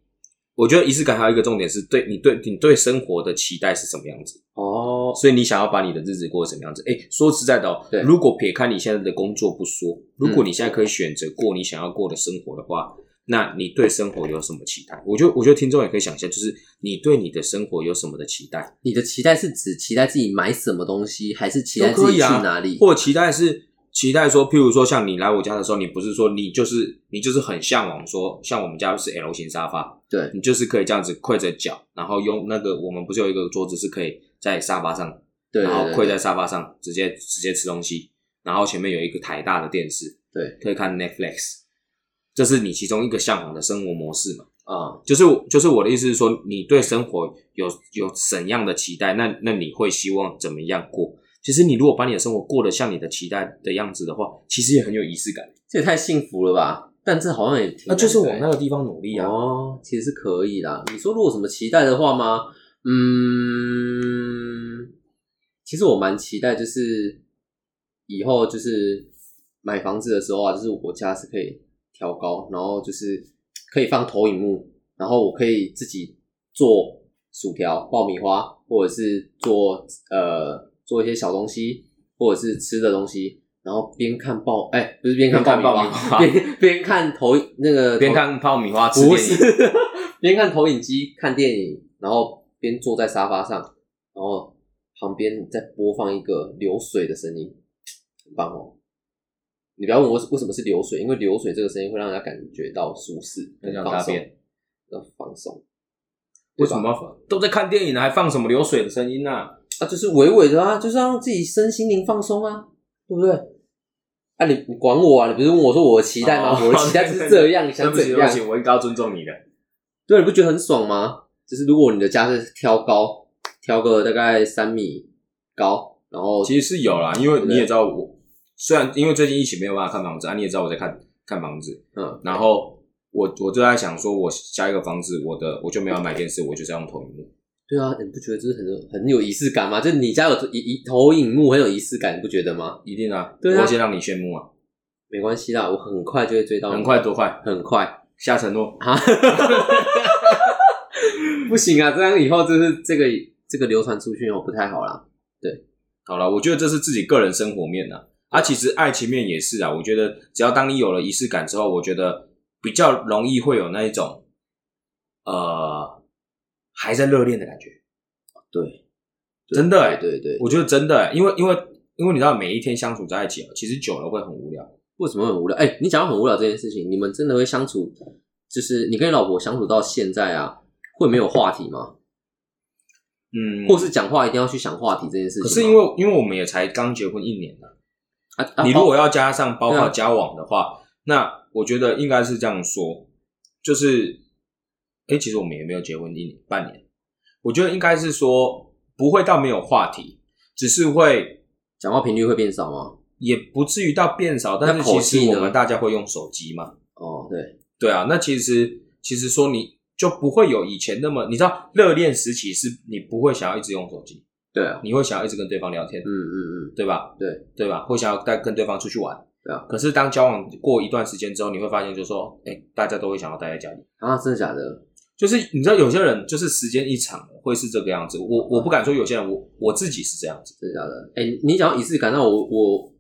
Speaker 1: 我觉得仪式感还有一个重点是对你对你对生活的期待是什么样子？
Speaker 2: 哦，
Speaker 1: 所以你想要把你的日子过得什么样子？哎、说实在的哦
Speaker 2: 对，
Speaker 1: 如果撇开你现在的工作不说，如果你现在可以选择过你想要过的生活的话，那你对生活有什么期待？我觉得，我觉得听众也可以想一下，就是你对你的生活有什么的期待，
Speaker 2: 你的期待是指期待自己买什么东西，还是期待
Speaker 1: 都
Speaker 2: 自
Speaker 1: 可
Speaker 2: 己
Speaker 1: 以
Speaker 2: 去
Speaker 1: 啊
Speaker 2: 哪里？
Speaker 1: 或者期待是期待说，譬如说像你来我家的时候，你不是说你就是你就是很向往说，像我们家是 L 型沙发，
Speaker 2: 对，
Speaker 1: 你就是可以这样子跪着脚，然后用那个我们不是有一个桌子是可以在沙发上，
Speaker 2: 对对
Speaker 1: 然后
Speaker 2: 对
Speaker 1: 跪在沙发上直接直接吃东西，然后前面有一个台大的电视，
Speaker 2: 对，
Speaker 1: 可以看 Netflix，这是你其中一个向往的生活模式嘛？
Speaker 2: 啊，
Speaker 1: 就是就是我的意思是说，你对生活有有怎样的期待？那那你会希望怎么样过？其实你如果把你的生活过得像你的期待的样子的话，其实也很有仪式感。
Speaker 2: 这也太幸福了吧！但这好像也挺
Speaker 1: 那就是
Speaker 2: 难的欸
Speaker 1: 往那个地方努力啊！
Speaker 2: 哦，其实是可以啦。你说如果什么期待的话吗？嗯，其实我蛮期待，就是以后就是买房子的时候啊，就是我家是可以调高，然后就是可以放投影幕，然后我可以自己做薯条、爆米花，或者是做呃做一些小东西，或者是吃的东西。然后边看爆，哎、不是边看爆
Speaker 1: 边
Speaker 2: 米花，
Speaker 1: 看爆米花
Speaker 2: 边边看投影那个
Speaker 1: 边
Speaker 2: 投
Speaker 1: 看爆米花吃
Speaker 2: 不
Speaker 1: 电影，
Speaker 2: 是， 边看投影机看电影，然后边坐在沙发上，然后旁边再播放一个流水的声音，很棒哦。你不要问我为什么是流水，因为流水这个声音会让人家感觉到舒适、
Speaker 1: 很想
Speaker 2: 放
Speaker 1: 大
Speaker 2: 松
Speaker 1: 便、
Speaker 2: 要放松。
Speaker 1: 为什么要放都在看电影呢，还放什么流水的声音呢、啊？
Speaker 2: 啊？就是娓娓的啊，就是要让自己身心灵放松啊，对不对？啊你，你管我啊！你不是问我说我的期待吗？
Speaker 1: 哦
Speaker 2: 我的期待就是这样，你
Speaker 1: 对
Speaker 2: 想
Speaker 1: 不起，
Speaker 2: 怎
Speaker 1: 对不
Speaker 2: 样？
Speaker 1: 起，我应该要尊重你的。
Speaker 2: 对，你不觉得很爽吗？就是如果你的家是挑高，挑个大概三米高，然后
Speaker 1: 其实是有啦，因为
Speaker 2: 对
Speaker 1: 你也知道我，虽然因为最近疫情没有办法看房子啊，你也知道我在看看房子，
Speaker 2: 嗯，
Speaker 1: 然后我我就在想说，我下一个房子，我的我就没有买电视，我就是要用投影幕。
Speaker 2: 对啊，你不觉得这是很有很有仪式感吗？就是你家有一一投影幕很有仪式感，你不觉得吗？
Speaker 1: 一定啊，
Speaker 2: 对啊
Speaker 1: 我先让你羡慕啊，
Speaker 2: 没关系啦，我很快就会追到你，
Speaker 1: 很快多快
Speaker 2: 很快
Speaker 1: 下承诺，
Speaker 2: 啊！不行啊，这样以后就是这个这个流传出去哦，不太好啦。
Speaker 1: 好了，我觉得这是自己个人生活面呐、啊，其实爱情面也是啊。我觉得只要当你有了仪式感之后，我觉得比较容易会有那一种，呃，还在热恋的感觉。
Speaker 2: 对，
Speaker 1: 真的欸
Speaker 2: 对对对，
Speaker 1: 我觉得真的欸、因为因为因为你知道，每一天相处在一起啊，其实久了会很无聊。
Speaker 2: 为什么很无聊？哎、你讲到很无聊这件事情，你们真的会相处，就是你跟你老婆相处到现在啊，会没有话题吗？
Speaker 1: 嗯，
Speaker 2: 或是讲话一定要去想话题这件事情吗？
Speaker 1: 可是因为因为我们也才刚结婚一年啊，
Speaker 2: 啊，啊
Speaker 1: 你如果要加上包
Speaker 2: 对啊
Speaker 1: 括交往的话，那我觉得应该是这样说，就是，哎、其实我们也没有结婚一年半年，我觉得应该是说不会到没有话题，只是会
Speaker 2: 讲话频率会变少吗？
Speaker 1: 也不至于到变少，但
Speaker 2: 那
Speaker 1: 是
Speaker 2: 口
Speaker 1: 其
Speaker 2: 气
Speaker 1: 实
Speaker 2: 呢
Speaker 1: 我们大家会用手机嘛，
Speaker 2: 哦，对，
Speaker 1: 对啊，那其实其实说你就不会有以前那么，你知道热恋时期是你不会想要一直用手机，
Speaker 2: 对啊，
Speaker 1: 你会想要一直跟对方聊天，
Speaker 2: 嗯嗯嗯，
Speaker 1: 对吧？
Speaker 2: 对
Speaker 1: 对吧？会想要带跟对方出去玩。
Speaker 2: 对啊。
Speaker 1: 可是当交往过一段时间之后，你会发现，就是说，哎、大家都会想要待在家里。
Speaker 2: 啊，真的假的？
Speaker 1: 就是你知道，有些人就是时间一长了会是这个样子。我我不敢说有些人，我我自己是这样子。
Speaker 2: 真的假的？哎、你讲到仪式感，那我我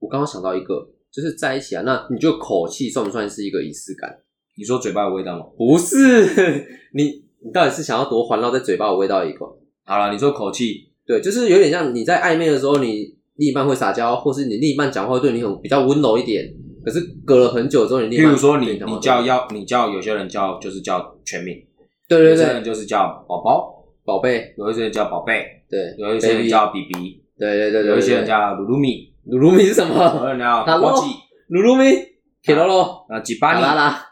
Speaker 2: 我刚刚想到一个，就是在一起啊，那你就口气算不算是一个仪式感？
Speaker 1: 你说嘴巴有味道吗？
Speaker 2: 不是， 你你到底是想要多环绕在嘴巴的味道里口？
Speaker 1: 好了，你说口气，
Speaker 2: 对，就是有点像你在暧昧的时候，你另一半会撒娇，或是你另一半讲话会对你很比较温柔一点。可是隔了很久之后，你另
Speaker 1: 譬
Speaker 2: 一半
Speaker 1: 如说你
Speaker 2: 对讲话
Speaker 1: 你叫要你叫有些人叫就是叫全名，
Speaker 2: 对
Speaker 1: 有
Speaker 2: 对
Speaker 1: 些人
Speaker 2: 对，
Speaker 1: 就是叫宝宝，
Speaker 2: 宝贝，
Speaker 1: 有一些人叫宝贝，
Speaker 2: 对
Speaker 1: 有一些人
Speaker 2: Baby
Speaker 1: 叫 BB，
Speaker 2: 对对对对，
Speaker 1: 有一些人
Speaker 2: 家
Speaker 1: 叫鲁鲁米，
Speaker 2: 鲁鲁米是什
Speaker 1: 有
Speaker 2: 么？
Speaker 1: 些人叫
Speaker 2: Hello
Speaker 1: 波吉，
Speaker 2: 鲁鲁米，铁罗罗，
Speaker 1: 啊吉
Speaker 2: 巴
Speaker 1: 巴尼
Speaker 2: 啦啦，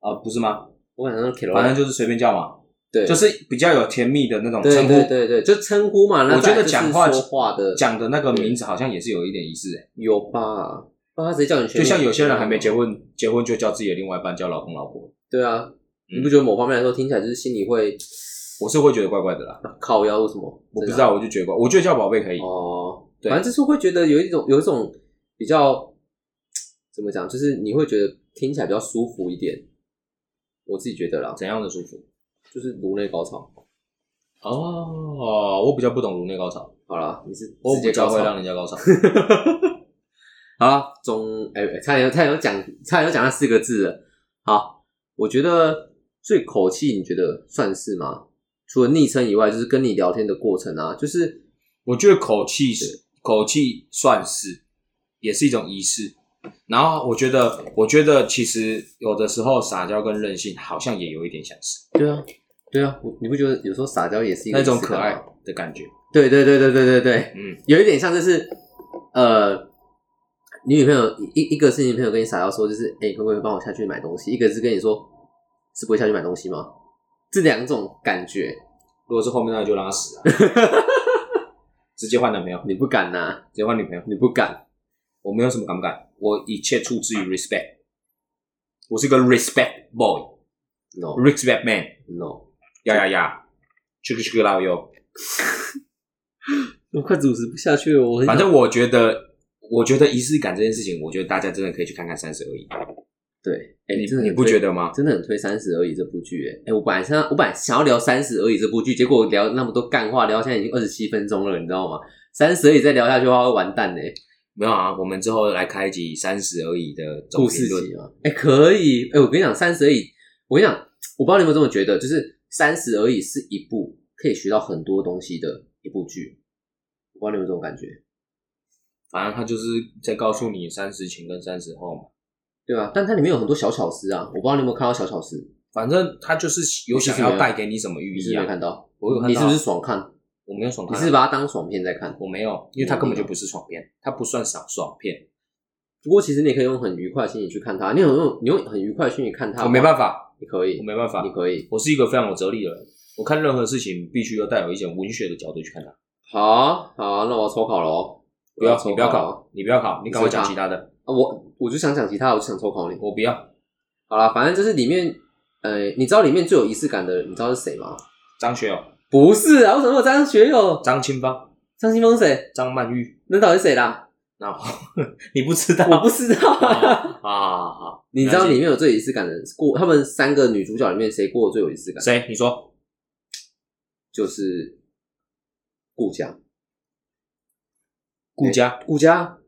Speaker 1: 啊不是吗？
Speaker 2: 我想说铁罗
Speaker 1: 反正
Speaker 2: 罗，
Speaker 1: 就是随便叫嘛，
Speaker 2: 对，
Speaker 1: 就是比较有甜蜜的那种
Speaker 2: 对
Speaker 1: 称
Speaker 2: 对
Speaker 1: 呼。
Speaker 2: 对对，就称呼嘛。那
Speaker 1: 我觉
Speaker 2: 再来
Speaker 1: 得
Speaker 2: 就是
Speaker 1: 讲话
Speaker 2: 说话的
Speaker 1: 讲的那个名字好像也是有一点仪式、欸，
Speaker 2: 有吧？那他直接叫你全
Speaker 1: 就
Speaker 2: 名，
Speaker 1: 像有些人还没结婚，结婚就叫自己的另外一半叫老公老婆。
Speaker 2: 对啊，
Speaker 1: 嗯
Speaker 2: 你不觉得某方面来说听起来就是心里会
Speaker 1: 我是会觉得怪怪的啦，
Speaker 2: 啊靠腰什么？
Speaker 1: 我不
Speaker 2: 真
Speaker 1: 知
Speaker 2: 的啊
Speaker 1: 道，我就觉得怪，我觉得叫宝贝可以，
Speaker 2: 哦，
Speaker 1: 对
Speaker 2: 反正就是会觉得有一种有一种比较怎么讲，就是你会觉得听起来比较舒服一点。我自己觉得啦，
Speaker 1: 怎样的舒服？
Speaker 2: 就是颅内高潮。
Speaker 1: 哦，我比较不懂颅内高潮，
Speaker 2: 好啦，你是
Speaker 1: 我
Speaker 2: 直
Speaker 1: 比
Speaker 2: 接
Speaker 1: 较
Speaker 2: 高
Speaker 1: 会
Speaker 2: 潮。
Speaker 1: 让人家高潮。
Speaker 2: 好啦，总哎、哎差点差点要讲差点要讲那四个字了。好，我觉得最口气，你觉得算是吗？除了昵称以外，就是跟你聊天的过程啊，就是
Speaker 1: 我觉得口气是口气算是也是一种仪式，然后我觉得我觉得其实有的时候撒娇跟任性好像也有一点相似，
Speaker 2: 对啊，对啊，我你不觉得有时候撒娇也是一个
Speaker 1: 那种
Speaker 2: 仪式
Speaker 1: 可
Speaker 2: 感
Speaker 1: 爱
Speaker 2: 吗？
Speaker 1: 的感觉。
Speaker 2: 对对对对对对对，
Speaker 1: 嗯，
Speaker 2: 有一点像就是呃，你女朋友一一个是你女朋友跟你撒娇说，就是哎、欸可不可以帮我下去买东西？一个是跟你说是不会下去买东西吗？这两种感觉
Speaker 1: 如果是后面那个就让他死 啊，直接换男朋友，
Speaker 2: 你不敢呐、
Speaker 1: 直接换女朋友，
Speaker 2: 你不敢。
Speaker 1: 我没有什么敢不敢，我一切出自于 respect，我是个 respect boy。
Speaker 2: No
Speaker 1: Rick Batman，
Speaker 2: No，
Speaker 1: 呀呀呀，这个这个老友。
Speaker 2: 我快主持不下去了，我很
Speaker 1: 反正我觉得，我觉得仪式感这件事情，我觉得大家真的可以去看看《三十而已》
Speaker 2: 对，哎、
Speaker 1: 你
Speaker 2: 真的
Speaker 1: 你不觉
Speaker 2: 得？
Speaker 1: 得吗？
Speaker 2: 真的很推《三十而已》这部剧，哎、欸我本来想我本来想要聊《三十而已》这部剧，结果聊那么多干话，聊到现在已经二十七分钟了，你知道吗？《三十而已》再聊下去的话会完蛋呢、哎
Speaker 1: 没有啊，我们之后来开一集《三十而已》的总
Speaker 2: 故
Speaker 1: 评
Speaker 2: 事
Speaker 1: 论
Speaker 2: 集。嘛。哎、可以，哎、我跟你讲，《三十而已》，我跟你讲，我不知道你有没有这么觉得，就是《三十而已》是一部可以学到很多东西的一部剧。我不知道你有没有这种感觉，
Speaker 1: 反正他就是在告诉你三十前跟三十后嘛。
Speaker 2: 对吧、但它里面有很多小巧思啊，我不知道你有没有看到小巧思，
Speaker 1: 反正他就是有想
Speaker 2: 你是没啊
Speaker 1: 要
Speaker 2: 有
Speaker 1: 带给你什么寓
Speaker 2: 你是
Speaker 1: 意
Speaker 2: 不是没
Speaker 1: 啊？
Speaker 2: 看到？
Speaker 1: 我有看
Speaker 2: 你
Speaker 1: 到啊
Speaker 2: 是不是爽看？
Speaker 1: 我没有爽
Speaker 2: 你
Speaker 1: 看啊，
Speaker 2: 是把它当爽片在看？
Speaker 1: 我没有，因为他根本就不是爽片，他不算爽爽片。
Speaker 2: 不过其实你也可以用很愉快的心情去看它，你有用你用很愉快的心情看它，
Speaker 1: 我哦没办，法，
Speaker 2: 你可以
Speaker 1: 我，没办法
Speaker 2: 你，可以。
Speaker 1: 我是一个非常有哲理的人，我看任何事情必须要带有一点文学的角度去看它。
Speaker 2: 好啊好啊，那我要抽考了哦。
Speaker 1: 不要，
Speaker 2: 我
Speaker 1: 你
Speaker 2: 抽
Speaker 1: 不要
Speaker 2: 考了
Speaker 1: 考
Speaker 2: 哦，
Speaker 1: 你不要考，你赶快讲其他的。
Speaker 2: 啊！我我就想讲其他，我就想抽考你。
Speaker 1: 我不要，
Speaker 2: 好啦，反正就是里面，呃，你知道里面最有仪式感的人，你知道是谁吗？
Speaker 1: 张学友、
Speaker 2: 不是啊，为什么有张学友、
Speaker 1: 张清芳、
Speaker 2: 张清芳谁？
Speaker 1: 张曼玉，
Speaker 2: 那到底是谁啦？
Speaker 1: 然后 你不知道
Speaker 2: 我不知 道啊。
Speaker 1: 啊？好好好
Speaker 2: 你知道里面有最有仪式感的人过，他们三个女主角里面谁过得最有仪式感？
Speaker 1: 谁？你说
Speaker 2: 就是顾佳。
Speaker 1: 顾佳？
Speaker 2: 顾佳，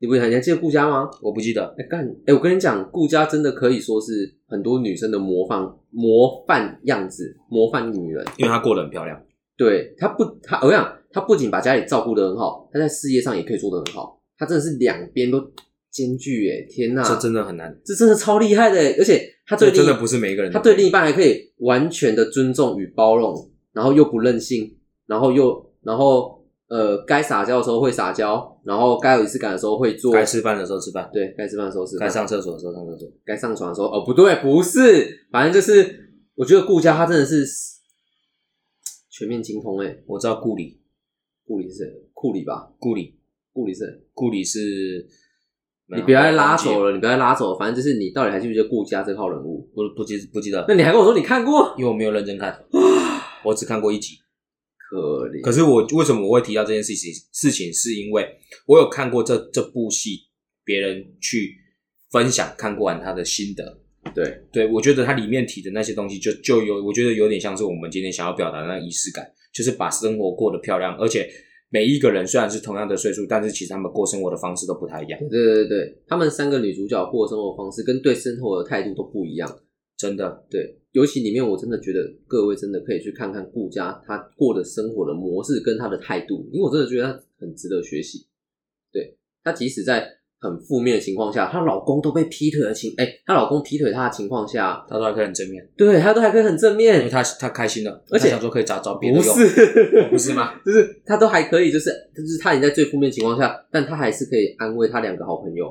Speaker 2: 你不你还记得顾佳吗？
Speaker 1: 我不记得，
Speaker 2: 哎、干，哎、我跟你讲，顾佳真的可以说是很多女生的模范模范样子，模范女人。
Speaker 1: 因为她过得很漂亮。
Speaker 2: 对他不，他我想他不仅把家里照顾得很好，他在事业上也可以做得很好。他真的是两边都兼具，哎，天呐，
Speaker 1: 这真的很难，
Speaker 2: 这真的超厉害的耶，而且他对
Speaker 1: 这
Speaker 2: 另
Speaker 1: 真
Speaker 2: 一
Speaker 1: 的不是每一个人。
Speaker 2: 他对另一半还可以完全的尊重与包容，然后又不任性，然后又然后呃该撒娇的时候会撒娇，然后该有仪式感的时候会做，
Speaker 1: 该吃饭的时候吃饭，
Speaker 2: 对该吃饭的时候是
Speaker 1: 该上厕所的时候上厕所。
Speaker 2: 该上床的时候，哦，不对，不是，反正就是我觉得顾佳她真的是全面精通，哎，
Speaker 1: 我知道顾里，
Speaker 2: 库里是谁？库里吧。
Speaker 1: 顾里，
Speaker 2: 顾里是，
Speaker 1: 顾里是，
Speaker 2: 你不要再拉走
Speaker 1: 了，
Speaker 2: 了，你不要再拉走了，反正就是你到底还记不记得顾家这号人物？
Speaker 1: 不不记不记得
Speaker 2: 那，你还跟我说你看过？啊
Speaker 1: 因为我没有认真看，我只看过一集。
Speaker 2: 可怜。
Speaker 1: 可是我为什么我会提到这件事情？事情是因为我有看过这这部戏，别人去分享看过完他的心得。
Speaker 2: 对
Speaker 1: 对，我觉得它里面提的那些东西就，就有我觉得有点像是我们今天想要表达的那个仪式感，就是把生活过得漂亮，而且每一个人虽然是同样的岁数，但是其实他们过生活的方式都不太一样。
Speaker 2: 对对对对，他们三个女主角过生活方式跟对生活的态度都不一样。
Speaker 1: 真的，
Speaker 2: 对，尤其里面我真的觉得各位真的可以去看看顾佳她过的生活的模式跟她的态度，因为我真的觉得她很值得学习。对她即使在很负面的情况下，她老公都被劈腿的情，哎、她老公劈腿她的情况下，
Speaker 1: 他都还可以很正面，
Speaker 2: 对她都还可以很正
Speaker 1: 因为
Speaker 2: 面，
Speaker 1: 他他开心了，
Speaker 2: 而且
Speaker 1: 他想说可以找找别的
Speaker 2: 哎不
Speaker 1: 用，
Speaker 2: 是
Speaker 1: 不是吗？
Speaker 2: 就是她都还可以，就是就是她已经在最负面的情况下，但她还是可以安慰她两个好朋友，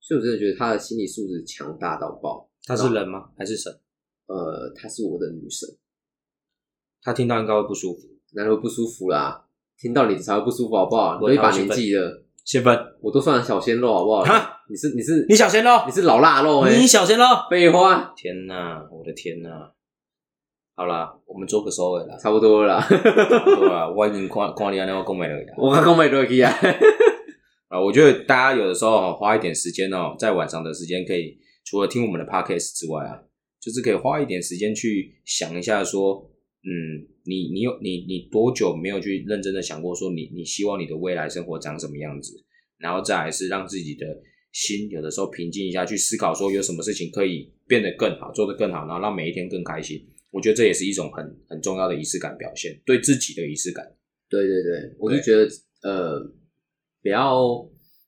Speaker 2: 所以我真的觉得她的心理素质强大到爆。
Speaker 1: 他是人吗？还是神？
Speaker 2: 呃，她是我的女神。
Speaker 1: 他听到应该会不舒服，
Speaker 2: 哪里会不舒服啦？听到你才会不舒服好不好？
Speaker 1: 我
Speaker 2: 我一把年纪了，
Speaker 1: 先分
Speaker 2: 我都算小鲜肉好不好？
Speaker 1: 哈，
Speaker 2: 你是你是
Speaker 1: 你小心喽
Speaker 2: 你，是老腊肉哎、
Speaker 1: 你小心喽！
Speaker 2: 废话，。
Speaker 1: 天哪，我的天哪！好啦，我们做个收尾啦
Speaker 2: 差不多了啦。
Speaker 1: 对啊，我已经看看你安尼，我讲袂落去啦。
Speaker 2: 我刚刚买多去啊，
Speaker 1: 啊，我觉得大家有的时候哦花一点时间哦，在晚上的时间可以除了听我们的 podcast 之外啊，就是可以花一点时间去想一下说，嗯，你你有你你多久没有去认真的想过说你你希望你的未来生活长什么样子？然后再来是让自己的心有的时候平静一下，去思考说有什么事情可以变得更好，做得更好，然后让每一天更开心。我觉得这也是一种很很重要的仪式感表现，对自己的仪式感。
Speaker 2: 对对对，我就觉得呃，不要，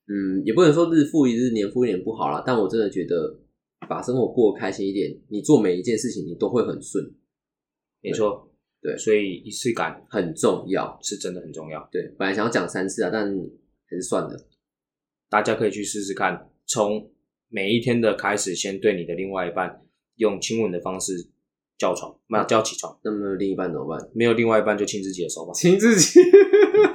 Speaker 2: 嗯，也不能说日复一日、年复一年不好啦，但我真的觉得把生活过得开心一点，你做每一件事情你都会很顺，
Speaker 1: 没错，
Speaker 2: 对
Speaker 1: 所以仪式感
Speaker 2: 很重要。
Speaker 1: 是真的很重要。
Speaker 2: 对，本来想要讲三次啊，但还是算了。
Speaker 1: 大家可以去试试看，从每一天的开始，先对你的另外一半用亲吻的方式叫床，没有叫起床，
Speaker 2: 那么另一半怎么办？，
Speaker 1: 没有另外一半就亲自己的手吧
Speaker 2: 亲自己。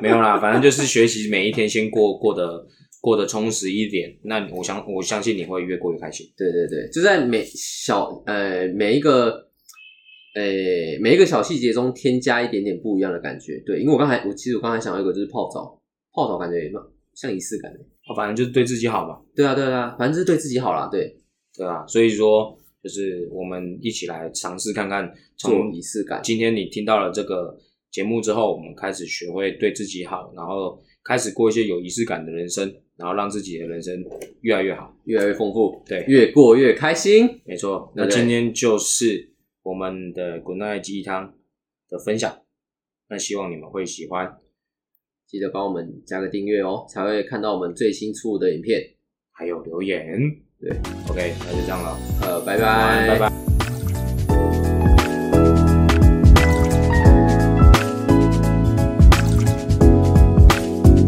Speaker 1: 没有啦，反正就是学习每一天先过过得过得充实一点，那我相我相信你会越过越开心。
Speaker 2: 对对对，就在每小呃每一个呃每一个小细节中添加一点点不一样的感觉。对，因为我刚才我其实我刚才想到一个就是泡澡，泡澡感觉也蛮像仪式感的。
Speaker 1: 哦，反正就是对自己好嘛，
Speaker 2: 对啊对啊对啊，反正就是对自己好啦。对，
Speaker 1: 对啊，所以说就是我们一起来尝试看看，
Speaker 2: 做
Speaker 1: 从
Speaker 2: 仪式感。
Speaker 1: 今天你听到了这个节目之后，我们开始学会对自己好，然后开始过一些有仪式感的人生，然后让自己的人生越来越好。
Speaker 2: 越来越丰富，
Speaker 1: 对
Speaker 2: 越过越开心。
Speaker 1: 没错，
Speaker 2: 对
Speaker 1: 那
Speaker 2: 不对
Speaker 1: 今天就是我们的 Good Night 鸡汤的分享，那希望你们会喜欢。
Speaker 2: 记得帮我们加个订阅哦，才会看到我们最新出的影片。
Speaker 1: 还有留言。
Speaker 2: 对
Speaker 1: ，OK，那就这样了，
Speaker 2: 呃，
Speaker 1: 晚安拜拜。